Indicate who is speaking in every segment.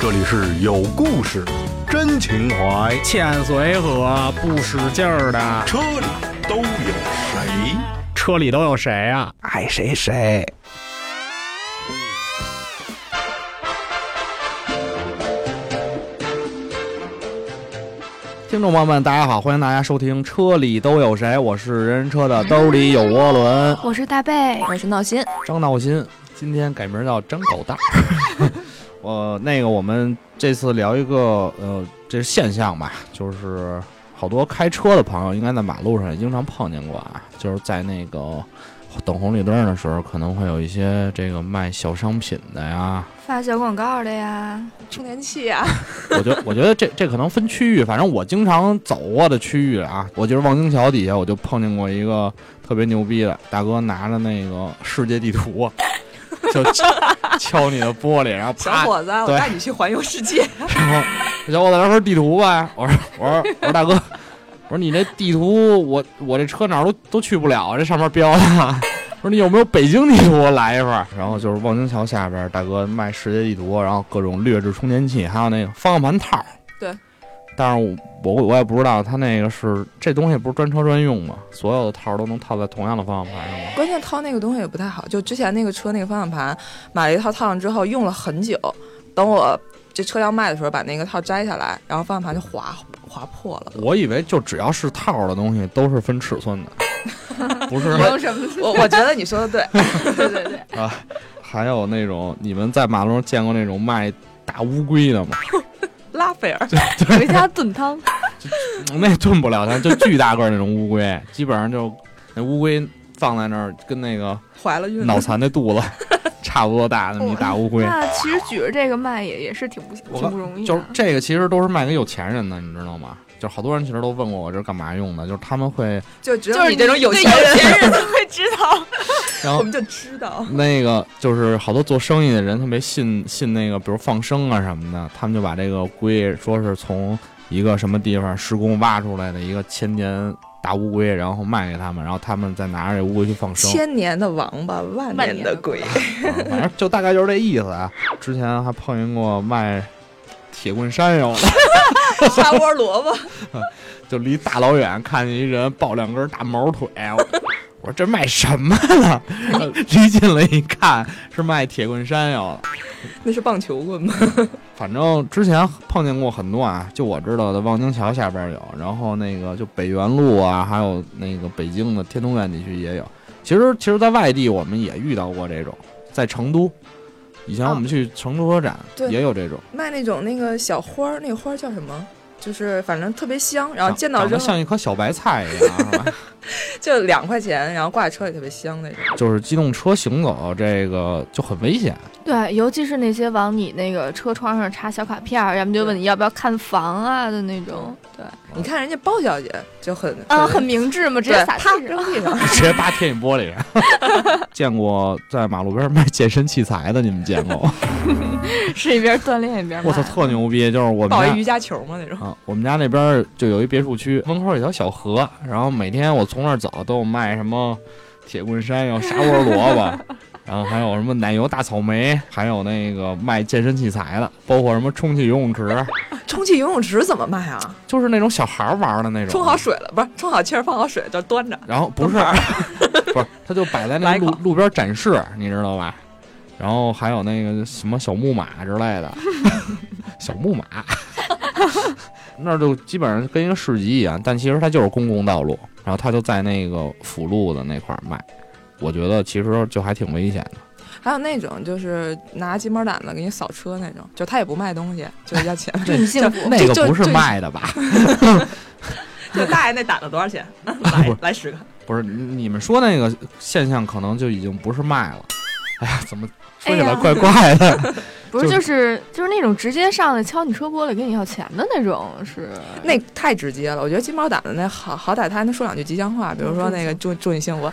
Speaker 1: 这里是有故事，真情怀，
Speaker 2: 欠随哎和不使劲儿的，
Speaker 1: 车里都有谁？
Speaker 2: 车里都有谁啊？
Speaker 3: 爱谁谁。听众朋友们，大家好，欢迎大家收听《车里都有谁》，我是人人车的兜里有涡轮
Speaker 4: 我是大贝，
Speaker 5: 我是闹心，
Speaker 3: 张闹心，今天改名叫张狗蛋儿。我那个，我们这次聊一个呃，这是现象吧，就是好多开车的朋友应该在马路上也经常碰见过啊，就是在那个等红绿灯的时候，可能会有一些这个卖小商品的呀，
Speaker 4: 发小广告的呀，
Speaker 5: 充电器 啊，
Speaker 3: 我觉得我觉得这这可能分区域，反正我经常走过的区域啊，我记得望京桥底下我就碰见过一个特别牛逼的大哥，拿着那个世界地图，就敲敲你的玻璃，然后
Speaker 5: 小
Speaker 3: 啪，
Speaker 5: 伙子，啊我
Speaker 3: 对
Speaker 5: 带你去环游世界。
Speaker 3: 然后 小伙子来份地图吧，我说我说我说大哥，我说你这地图我我这车哪儿都都去不了，这上面标的。我说你有没有北京地图？我来一份儿。然后就是望京桥下边儿，大哥卖世界地图，然后各种劣质充电器，还有那个方向盘套。
Speaker 5: 对。
Speaker 3: 但是我我我也不知道，他那个是这东西不是专车专用吗？所有的套儿都能套在同样的方向盘上吗？
Speaker 5: 关键套那个东西也不太好，就之前那个车那个方向盘，买了一套套上之后用了很久，等我这车要卖的时候把那个套摘下来，然后方向盘就划划破了。
Speaker 3: 我以为就只要是套儿的东西都是分尺寸 的，不是
Speaker 4: 有什么？
Speaker 5: 我我觉得你说的对，
Speaker 4: 对对对，
Speaker 3: 啊，还有那种你们在马路上见过那种卖大乌龟的吗？
Speaker 5: 拉斐尔
Speaker 4: 回家炖汤。
Speaker 3: 那炖不了它，就巨大个儿那种乌龟， 基本上就那乌龟放在那儿，跟那个
Speaker 5: 怀了孕
Speaker 3: 脑残的 肚子差不多大那么一大乌龟。
Speaker 4: 那其实举着这个卖也也是挺不
Speaker 3: 我
Speaker 4: 挺不容易
Speaker 3: 就是
Speaker 4: 的。
Speaker 3: 这个，其实都是卖给有钱人的，你知道吗？就是好多人其实都问过我这是干嘛用的，就是他们会，
Speaker 5: 就只
Speaker 4: 就
Speaker 5: 有
Speaker 4: 是
Speaker 5: 你这种有
Speaker 4: 对
Speaker 5: 钱人，
Speaker 4: 有钱人才会知道。
Speaker 3: 然
Speaker 5: 我
Speaker 3: 后
Speaker 5: 们就知道。
Speaker 3: 那个就是好多做生意的人特别信信那个，比如放生啊什么的，他们就把这个龟说是从一个什么地方施工挖出来的一个千年大乌龟，然后卖给他们，然后他们再拿着这乌龟去放生。
Speaker 5: 千年的王八，万
Speaker 4: 万
Speaker 5: 年
Speaker 4: 年
Speaker 5: 的
Speaker 4: 的
Speaker 5: 鬼，
Speaker 3: 嗯反正就大概就是这意思啊。之前还碰见过卖铁棍山药的，
Speaker 5: 沙窝萝卜，
Speaker 3: 就离大老远看见一人抱两根大毛腿，我 我说这卖什么呢？ 离近了一看是卖铁棍山药的。
Speaker 5: 那是棒球棍吗？
Speaker 3: 反正之前碰见过很多啊，就我知道的，望京桥下边有，然后那个就北园路啊，还有那个北京的天通苑地区也有。其实，其实，在外地我们也遇到过这种，在成都，以前我们去成都车展、
Speaker 5: 啊对
Speaker 3: 也有这种，
Speaker 5: 卖那种那个小花儿，那个花儿叫什么？就是反正特别香，然后
Speaker 3: 长
Speaker 5: 啊见到
Speaker 3: 长
Speaker 5: 之
Speaker 3: 得
Speaker 5: 后
Speaker 3: 像一颗小白菜一样， 是吧？
Speaker 5: 就两块钱，然后挂在车里特别香那种。
Speaker 3: 就是机动车行走这个就很危险，
Speaker 4: 对，尤其是那些往你那个车窗上插小卡片儿，要么就问你要不要看房啊的那种。对，
Speaker 5: 你看人家包小姐就很
Speaker 4: 啊，很明智嘛，直
Speaker 5: 对
Speaker 4: 接撒
Speaker 5: 啪
Speaker 4: 地
Speaker 5: 扔
Speaker 4: 上。
Speaker 5: 地上，
Speaker 3: 直接扒天眼玻璃上。 见过在马路边卖健身器材的，你们见过 吗？
Speaker 4: 是一边锻炼一边
Speaker 3: 我操，
Speaker 4: 卖
Speaker 3: 特牛逼！就是我们
Speaker 5: 抱
Speaker 3: 家
Speaker 5: 一瑜伽球嘛那种。
Speaker 3: 啊，我们家那边儿就有一别墅区，门口有一条小河，然后每天我从那儿走都有卖什么铁棍山药、沙窝萝卜，然后还有什么奶油大草莓，还有那个卖健身器材的，包括什么充气游泳池，
Speaker 5: 充气游泳池怎么卖啊？
Speaker 3: 就是那种小孩儿玩儿的那种。
Speaker 5: 冲好水了，不是冲好气儿，放好水就端着。
Speaker 3: 然后不是， 不是，他就摆在那
Speaker 5: 来一
Speaker 3: 路
Speaker 5: 口
Speaker 3: 路边展示，你知道吧？然后还有那个什么小木马之类 的，小木马， 那儿就基本上跟一个市集一样，但其实它就是公共道路，然后它就在那个辅路的那块儿卖。我觉得其实就还挺危险的，
Speaker 5: 还有那种就是拿鸡毛掸子给你扫车那种，就他也不卖东西，就是要钱。
Speaker 4: 祝你幸福。
Speaker 3: 那个
Speaker 5: 就
Speaker 3: 不是
Speaker 5: 就
Speaker 3: 卖的吧？
Speaker 5: 就大爷那掸子多少钱？来来十个。
Speaker 3: 不是，你你们说那个现象可能就已经不是卖了。哎呀，怎么说起
Speaker 4: 哎
Speaker 3: 来
Speaker 4: 呀
Speaker 3: 怪怪的？
Speaker 4: 不是，
Speaker 3: 就
Speaker 4: 就是就是那种直接上来敲你车玻璃跟你要钱的那种，是
Speaker 5: 那
Speaker 3: 嗯
Speaker 5: 太直接了，我觉得金毛掸子那好好歹他还能说两句吉祥话，比如说那个祝祝你幸福，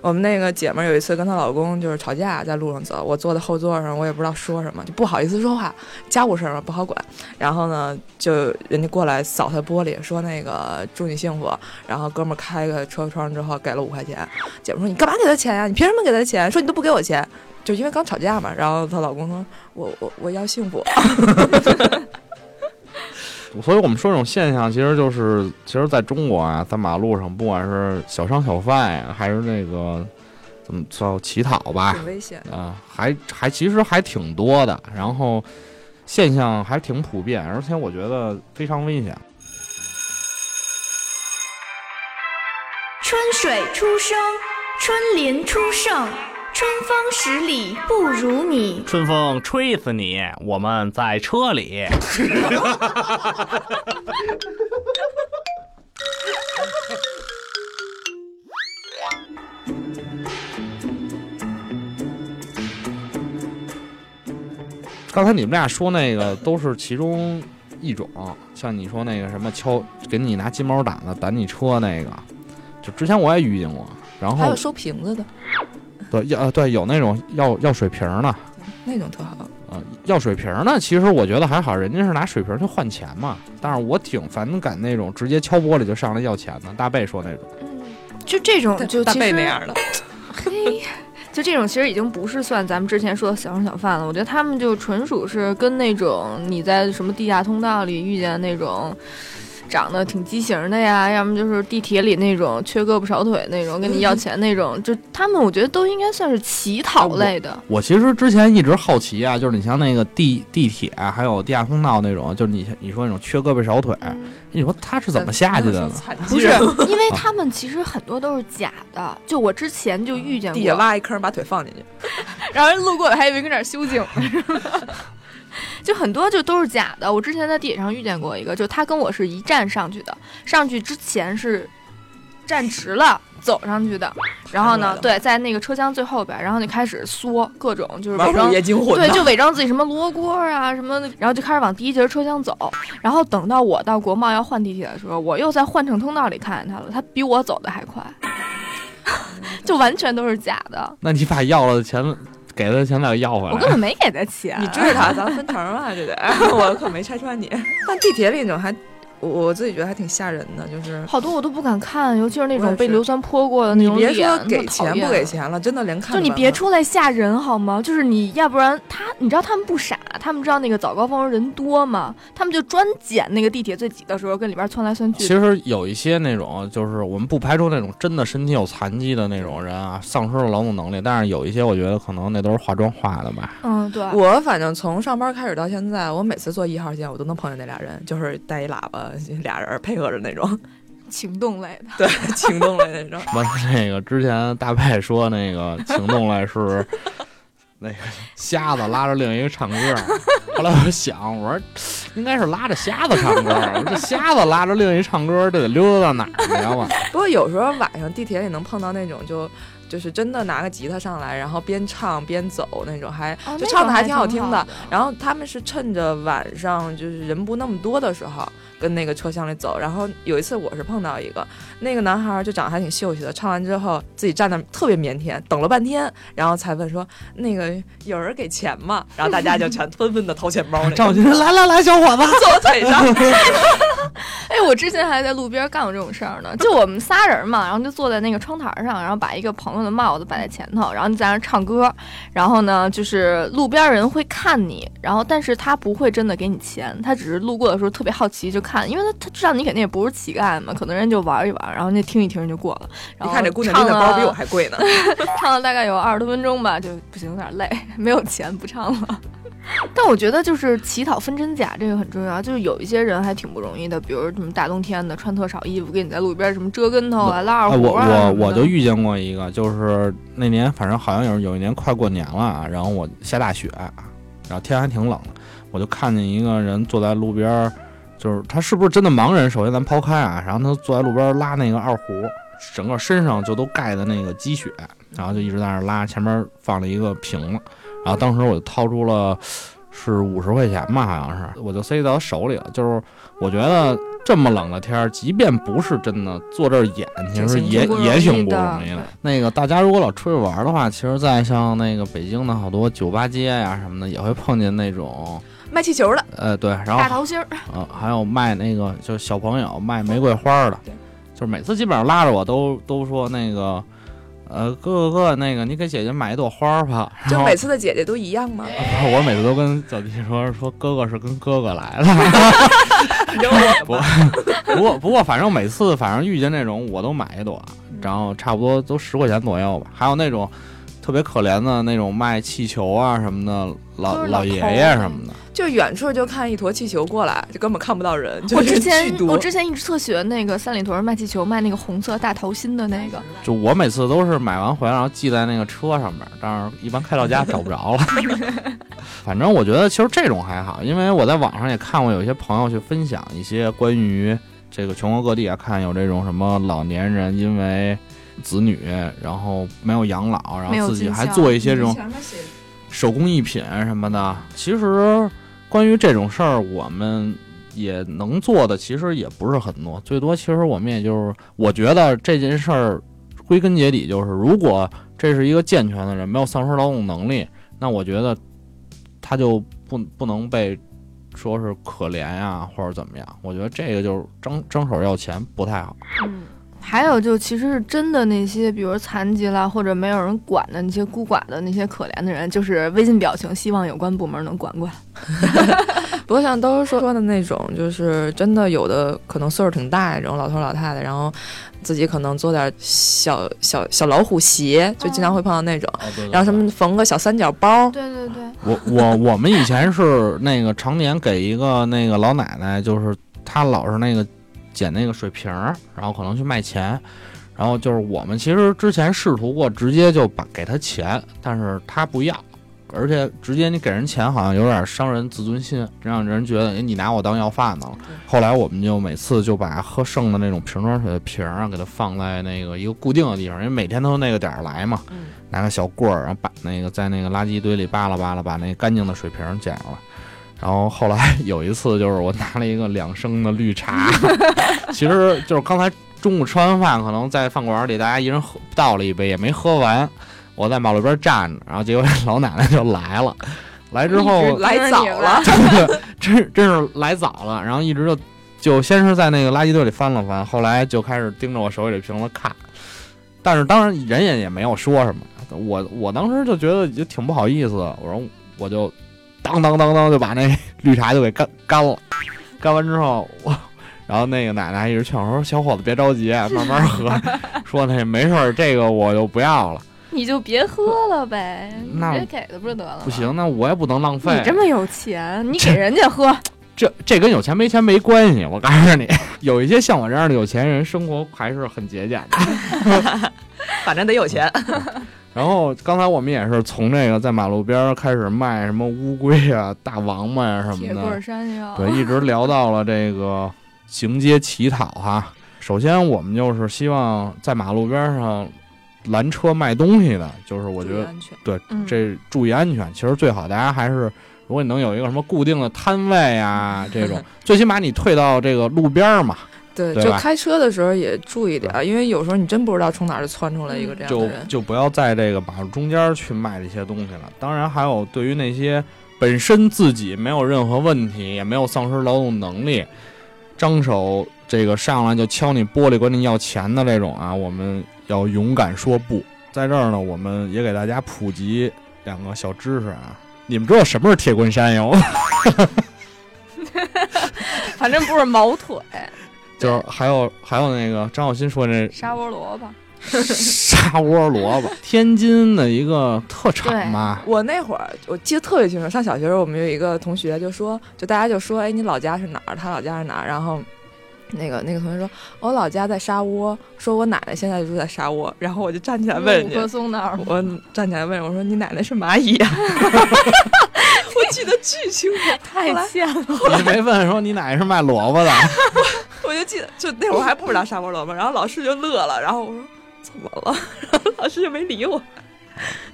Speaker 5: 我们那个姐们儿有一次跟她老公就是吵架，在路上走，我坐在后座上，我也不知道说什么，就不好意思说话，家务事儿嘛不好管。然后呢，就人家过来扫她玻璃，说那个祝你幸福。然后哥们儿开个车窗之后给了五块钱，姐们儿说你干嘛给他钱呀、你凭什么给他钱？说你都不给我钱，就因为刚吵架嘛。然后她老公说，我我我要幸福。
Speaker 3: 啊所以我们说这种现象，其实就是，其实在中国啊，在马路上，不管是小商小贩呀，还是那个怎么叫乞讨吧，
Speaker 5: 挺危险，
Speaker 3: 啊，还还其实还挺多的，然后现象还挺普遍，而且我觉得非常危险。
Speaker 6: 春水初生，春林初盛，春风十里不如你。
Speaker 7: 春风吹死你，我们在车里。
Speaker 3: 刚才你们俩说那个都是其中一种，像你说那个什么敲，给你拿金毛掸子掸你车那个，就之前我也遇见过。然
Speaker 5: 还有
Speaker 3: 后
Speaker 5: 收瓶子的
Speaker 3: 对药呃对有那种药药水瓶儿的，
Speaker 5: 那种特好。
Speaker 3: 啊、要水瓶儿呢，其实我觉得还好，人家是拿水瓶儿去换钱嘛。但是我挺反感那种直接敲玻璃就上来要钱的，大贝说那种。
Speaker 4: 就这种就
Speaker 5: 大
Speaker 4: 其
Speaker 5: 贝
Speaker 4: 实
Speaker 5: 那样的，
Speaker 4: 嘿， 就这种其实已经不是算咱们之前说的小商小贩了，我觉得他们就纯属是跟那种你在什么地下通道里遇见那种。长得挺畸形的呀，要么就是地铁里那种缺胳膊少腿那种，跟你要钱那种，就他们我觉得都应该算是乞讨类的。
Speaker 3: 我其实之前一直好奇啊，就是你像那个地地铁、啊还有地下通道那种，就是你你说那种缺胳膊少腿，
Speaker 5: 嗯
Speaker 4: 嗯
Speaker 3: 你说他是怎么下去的呢？
Speaker 5: 不
Speaker 4: 不是，因为他们其实很多都是假的。就我之前就遇见
Speaker 5: 地下
Speaker 4: 过，
Speaker 5: 挖一坑，把腿放进去。
Speaker 4: 然后人路过的还以为跟这儿修井呢， 就很多就都是假的。我之前在地铁上遇见过一个，就他跟我是一站上去的，上去之前是站直了走上去的，然后呢，对，在那个车厢最后边，然后就开始缩各种就是伪装
Speaker 5: 午。夜惊魂
Speaker 4: 对，
Speaker 5: 呐
Speaker 4: 就伪装自己什么罗锅啊什么的，然后就开始往第一节车厢走。然后等到我到国贸要换地铁的时候，我又在换乘通道里看见他了，他比我走的还快， 就完全都是假的，
Speaker 3: 那你把要了的钱给他的钱再要回
Speaker 4: 我根
Speaker 3: 来，
Speaker 4: 本没给他钱。
Speaker 5: 你追着他，咱分成啊， 这得。我可没拆穿你。 但地铁里那种还，我我自己觉得还挺吓人的，就是
Speaker 4: 好多我都不敢看，尤其是那
Speaker 5: 我
Speaker 4: 种
Speaker 5: 也
Speaker 4: 被
Speaker 5: 是
Speaker 4: 硫酸泼过的那
Speaker 5: 你
Speaker 4: 种
Speaker 5: 别
Speaker 4: 脸，
Speaker 5: 说
Speaker 4: 那么
Speaker 5: 给
Speaker 4: 讨
Speaker 5: 钱
Speaker 4: 厌
Speaker 5: 不给，钱了，真的连看
Speaker 4: 就
Speaker 5: 都
Speaker 4: 你
Speaker 5: 懒
Speaker 4: 别
Speaker 5: 得
Speaker 4: 出来吓人好吗？就是你要不然他，你知道他们不傻，他们知道那个早高峰人多嘛，他们就专捡那个地铁最挤的时候跟里边窜来窜
Speaker 3: 其
Speaker 4: 去。
Speaker 3: 实有一些那种，就是我们不排除那种真的身体有残疾的那种人啊，丧失了劳动能力。但是有一些，我觉得可能那都是化妆化的吧。
Speaker 4: 嗯，对，
Speaker 5: 我反正从上班开始到现在，我每次坐一号线，我都能碰见那俩人，就是带一喇叭，俩人配合着那种，
Speaker 4: 情动类的。
Speaker 5: 对，情动的那种。
Speaker 3: 完了那个之前大派说那个情动来是那个瞎子拉着另一个唱歌，后来我想我说应该是拉着瞎子唱歌，我说这瞎子拉着另一唱歌，这得溜达到哪儿去啊？
Speaker 5: 不过有时候晚上地铁也能碰到那种就。就是真的拿个吉他上来，然后边唱边走那种，还
Speaker 4: 哦
Speaker 5: 就
Speaker 4: 那
Speaker 5: 唱的
Speaker 4: 种
Speaker 5: 还
Speaker 4: 还
Speaker 5: 挺好
Speaker 4: 挺
Speaker 5: 听
Speaker 4: 好
Speaker 5: 的
Speaker 4: 的。
Speaker 5: 然后他们是趁着晚上就是人不那么多的时候，跟那个车厢里走。然后有一次我是碰到一个那个男孩，就长得还挺秀气的，唱完之后自己站那儿特别腼腆，等了半天，然后才问说那个有人给钱吗？然后大家就全 纷纷的掏钱包那种，
Speaker 3: 赵军来来来，小伙子，
Speaker 5: 坐我腿上，
Speaker 4: 哎，我之前还在路边干过这种事儿呢，就我们仨人嘛，然后就坐在那个窗台上，然后把一个朋友的帽子摆在前头，然后你在那儿唱歌，然后呢，就是路边人会看你，然后但是他不会真的给你钱，他只是路过的时候特别好奇就看，因为他他知道你肯定也不是乞丐嘛，可能人就玩一玩，然后那听一听就过了。然
Speaker 5: 你
Speaker 4: 后
Speaker 5: 看这姑娘拎的
Speaker 4: 唱
Speaker 5: 包比
Speaker 4: 了
Speaker 5: 我还贵呢。
Speaker 4: 唱了大概有二十多分钟吧，就不行，有点累，没有钱不唱了。 但我觉得就是乞讨分真假这个很重要，就是有一些人还挺不容易的，比如什么大冬天的穿特少衣服，给你在路边什么遮跟头啊、拉二
Speaker 3: 哎、
Speaker 4: 胡
Speaker 3: 我
Speaker 4: 啊
Speaker 3: 我
Speaker 4: 什么
Speaker 3: 我
Speaker 4: 的
Speaker 3: 就遇见过一个，就是那年反正好像有有一年快过年了啊，然后我下大雪，然后天还挺冷的，我就看见一个人坐在路边儿，就是他是不是真的盲人？首先咱抛开啊，然后他坐在路边儿拉那个二胡，整个身上就都盖的那个积雪，然后就一直在那儿拉，前面放了一个瓶子，然后当时我就掏出了。是五十块钱吧，好像是，我就塞到手里了。就是我觉得这么冷的天儿，即便不是真的坐这儿演，其实也
Speaker 4: 挺不容易的
Speaker 3: 也挺不容易
Speaker 4: 对
Speaker 3: 的。那个大家如果老出去玩儿的话，其实，在像那个北京的好多酒吧街呀、什么的，也会碰见那种
Speaker 5: 卖气球的，
Speaker 3: 呃，对，然
Speaker 4: 大
Speaker 3: 后
Speaker 4: 桃 心儿，
Speaker 3: 呃还有卖那个就是小朋友卖玫瑰花的
Speaker 5: 对，
Speaker 3: 就是每次基本上拉着我都都说那个。呃，哥哥哥，那个你给姐姐买一朵花儿吧。然
Speaker 5: 就
Speaker 3: 后
Speaker 5: 每次的姐姐都一样吗？
Speaker 3: 我每次都跟小弟说说哥哥是跟哥哥来 了，不不过不过反正每次反正遇见那种我都买一朵，啊
Speaker 5: 嗯
Speaker 3: 然后差不多都十块钱左右吧。还有那种特别可怜的那种卖气球啊什么的
Speaker 4: 都
Speaker 3: 老
Speaker 4: 是老
Speaker 3: 老爷爷什么的，
Speaker 5: 就远处就看一坨气球过来，就根本看不到人，就
Speaker 4: 我
Speaker 5: 是
Speaker 4: 之前
Speaker 5: 巨多
Speaker 4: 我之前一直特喜欢那个三里屯卖气球，卖那个红色大桃心的那个，
Speaker 3: 就我每次都是买完回来然后系在那个车上面，但是一般开到家找不着了。 反正我觉得其实这种还好，因为我在网上也看过有一些朋友去分享一些关于这个全国各地啊，看有这种什么老年人因为子女然后没有养老，然
Speaker 4: 没有
Speaker 3: 后自己
Speaker 4: 尽
Speaker 3: 还
Speaker 4: 孝
Speaker 3: 做一些这种
Speaker 5: 前面写
Speaker 3: 手工艺品什么的。其实关于这种事儿，我们也能做的其实也不是很多，最多其实我们也就是，我觉得这件事儿归根结底就是，如果这是一个健全的人，没有丧失劳动能力，那我觉得他就不不能被。说是可怜呀、或者怎么样？我觉得这个就是张张手要钱不太好。
Speaker 4: 嗯。还有就其实是真的那些，比如残疾啦，或者没有人管的那些孤寡的那些可怜的人，就是微信表情，希望有关部门能管管。
Speaker 5: 不过像都是说说的那种，就是真的有的可能岁数挺大这种老头老太太，然后自己可能做点小小小老虎鞋，就经常会碰到那种，然后什么缝个小三角包，
Speaker 4: 对对对，
Speaker 3: 我我我们以前是那个常年给一个那个老奶奶，就是她老是那个捡那个水瓶儿，然后可能去卖钱，然后就是我们其实之前试图过直接就把给她钱，但是她不要，而且直接你给人钱好像有点伤人自尊心，让人觉得哎你拿我当要饭的了。后来我们就每次就把喝剩的那种瓶装水的瓶儿啊，给它放在那个一个固定的地方，因为每天都那个点儿来嘛。
Speaker 4: 嗯
Speaker 3: 拿个小棍儿，然后把那个在那个垃圾堆里扒拉扒拉，把那干净的水瓶儿捡上来。然后后来有一次，就是我拿了一个两升的绿茶， 其实就是刚才中午吃完饭，可能在饭馆里大家一人喝倒了一杯，也没喝完。我在马路边站着，然后结果老奶奶就来了，来之后
Speaker 4: 一直
Speaker 5: 来早了，
Speaker 3: 真真是来早了，然后一直就就先是在那个垃圾堆里翻了翻，后来就开始盯着我手里的瓶子看，但是当然人家也没有说什么，我我当时就觉得就挺不好意思的，我说我就当当当当就把那绿茶就给干干了，干完之后我。然后那个奶奶一直劝我说：“小伙子别着急，慢慢喝。” 说那没事儿，这个我就不要了。
Speaker 4: 你就别喝了呗，你
Speaker 3: 那
Speaker 4: 直接给了不就得了吗？
Speaker 3: 不行，那我也不能浪费。
Speaker 4: 啊你这么有钱，你给人家喝，
Speaker 3: 这这跟有钱没钱没关系，我告诉你， 有一些像我这样的有钱人，生活还是很节俭的。
Speaker 5: 反正得有钱。
Speaker 3: 然后刚才我们也是从这个在马路边儿开始卖什么乌龟啊、大王八呀、什
Speaker 4: 铁
Speaker 3: 么
Speaker 4: 棍
Speaker 3: 的，
Speaker 4: 山药。
Speaker 3: 对，一直聊到了这个行街乞讨哈。首先，我们就是希望在马路边儿上拦车卖东西的，就是我觉得
Speaker 5: 安全，
Speaker 4: 嗯
Speaker 3: 这注意安全，其实最好大家还是，如果你能有一个什么固定的摊位啊，这种最起码你退到这个路边儿嘛，
Speaker 5: 对，嗯
Speaker 3: 对
Speaker 5: 就
Speaker 3: 吧
Speaker 5: 开车的时候也注意点儿，因为有时候你真不知道从哪儿就窜出来
Speaker 4: 嗯
Speaker 5: 一个这样的
Speaker 3: 就
Speaker 5: 人。
Speaker 3: 就不要在这个马路中间儿去卖这些东西了。当然，还有对于那些本身自己没有任何问题，也没有丧失劳动能力，张手这个上来就敲你玻璃管你要钱的这种啊，我们要勇敢说不。在这儿呢，我们也给大家普及两个小知识啊。你们知道什么是铁棍山药吗？
Speaker 4: 反正不是毛腿、
Speaker 3: 就是还有还有那个张小新说 这
Speaker 4: 沙窝萝卜，
Speaker 3: 砂窝萝卜，天津的一个特产嘛。
Speaker 5: 我那会儿我记得特别清楚，上小学时候我们有一个同学就说，就大家就说，哎，你老家是哪儿？他老家是哪儿？然后。那个那个同学说，我老家在沙窝，说我奶奶现在就住在沙窝，然后我就站起来问人
Speaker 4: 五
Speaker 5: 家
Speaker 4: 棵，嗯松那儿吗？
Speaker 5: 我站起来问我说：“你奶奶是蚂蚁呀、我记得巨清楚，
Speaker 4: 太欠了。
Speaker 3: 你没问说你奶是卖萝卜的？
Speaker 5: 我就记得，就那会儿还不知道沙哦窝萝卜，然后老师就乐了，然后我说怎么了，然后老师就没理我，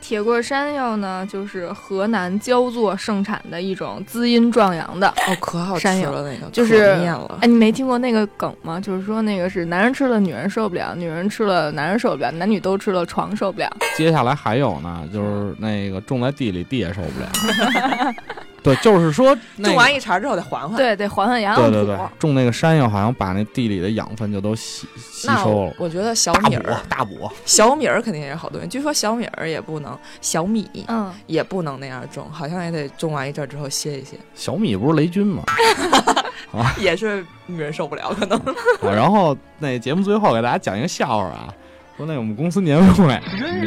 Speaker 4: 铁棍山药呢，就是河南焦作盛产的一种滋阴壮阳的。
Speaker 5: 哦，可好吃
Speaker 4: 山药
Speaker 5: 了那个，
Speaker 4: 就是
Speaker 5: 可念了
Speaker 4: 哎，。你没听过那个梗吗？就是说那个是男人吃了女人受不了，女人吃了男人受不了，男女都吃了床受不 了。
Speaker 3: 接下来还有呢，就是那个种在地里，地也受不了。对，就是说那
Speaker 5: 种
Speaker 3: 个
Speaker 5: 完一茬之后得还还。
Speaker 4: 对，得缓缓养
Speaker 3: 对
Speaker 4: 养
Speaker 3: 对
Speaker 4: 祖
Speaker 3: 对。，种那个山药好像把那地里的养分就都吸吸
Speaker 5: 那
Speaker 3: 收了。
Speaker 5: 我觉得小
Speaker 3: 大
Speaker 5: 米
Speaker 3: 补
Speaker 5: 儿，
Speaker 3: 大补，
Speaker 5: 小米儿肯定也是好东西。据说小米儿也不能，小米
Speaker 4: 嗯，
Speaker 5: 也不能那样种，好像也得种完一阵儿之后歇一歇，
Speaker 3: 小米不是雷军吗？
Speaker 5: 也是女人受不了，可能。
Speaker 3: 啊，然后那节目最后给大家讲一个笑话啊，说那我们公司年会，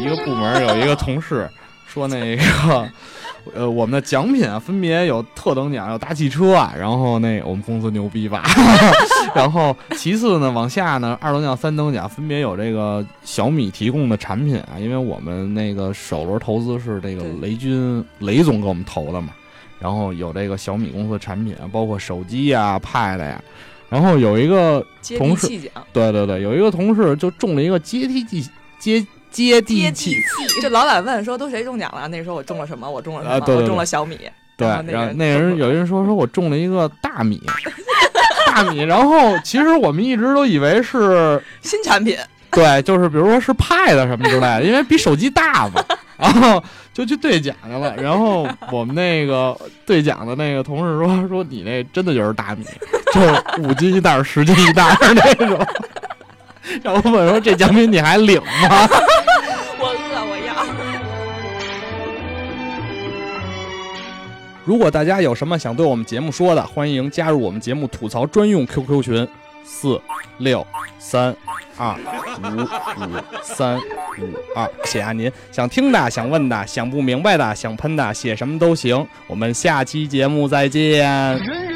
Speaker 3: 一个部门有一个同事说那个，呃，我们的奖品啊，分别有特等奖，有大汽车啊，然后那我们公司牛逼吧， 然后其次呢，往下呢，二等奖、三等奖分别有这个小米提供的产品啊，因为我们那个首轮投资是这个
Speaker 5: 对
Speaker 3: 雷军雷总给我们投的嘛，然后有这个小米公司的产品啊，包括手机呀、Pad 呀。然后有一个
Speaker 5: 接
Speaker 3: 同
Speaker 5: 地
Speaker 3: 事
Speaker 5: 气讲，
Speaker 3: 对对对，有一个同事就中了一个接地气接接地气，
Speaker 5: 就老板问说都谁中奖了？那时候我中了什么？我中了什么？
Speaker 3: 啊对对对
Speaker 5: 我中了小米。
Speaker 3: 对，
Speaker 5: 然后那
Speaker 3: 然后
Speaker 5: 人
Speaker 3: 那
Speaker 5: 中
Speaker 3: 人
Speaker 5: 了
Speaker 3: 有人说说我中了一个大米， 大米，然后其实我们一直都以为是
Speaker 5: 新产品，
Speaker 3: 对，就是比如说是 Pad 什么之类的，因为比手机大嘛， 然后就去兑奖去了。然后我们那个兑奖的那个同事说说你那真的就是大米， 就是五斤一袋儿，十斤一袋儿那种。 然后问说这奖品你还领吗？
Speaker 5: 我饿，我要。
Speaker 8: 如果大家有什么想对我们节目说的，欢迎加入我们节目吐槽专用 QQ 群四六三二五五三五二，写下您想听的、想问的、想不明白的、想喷的，写什么都行。我们下期节目再见。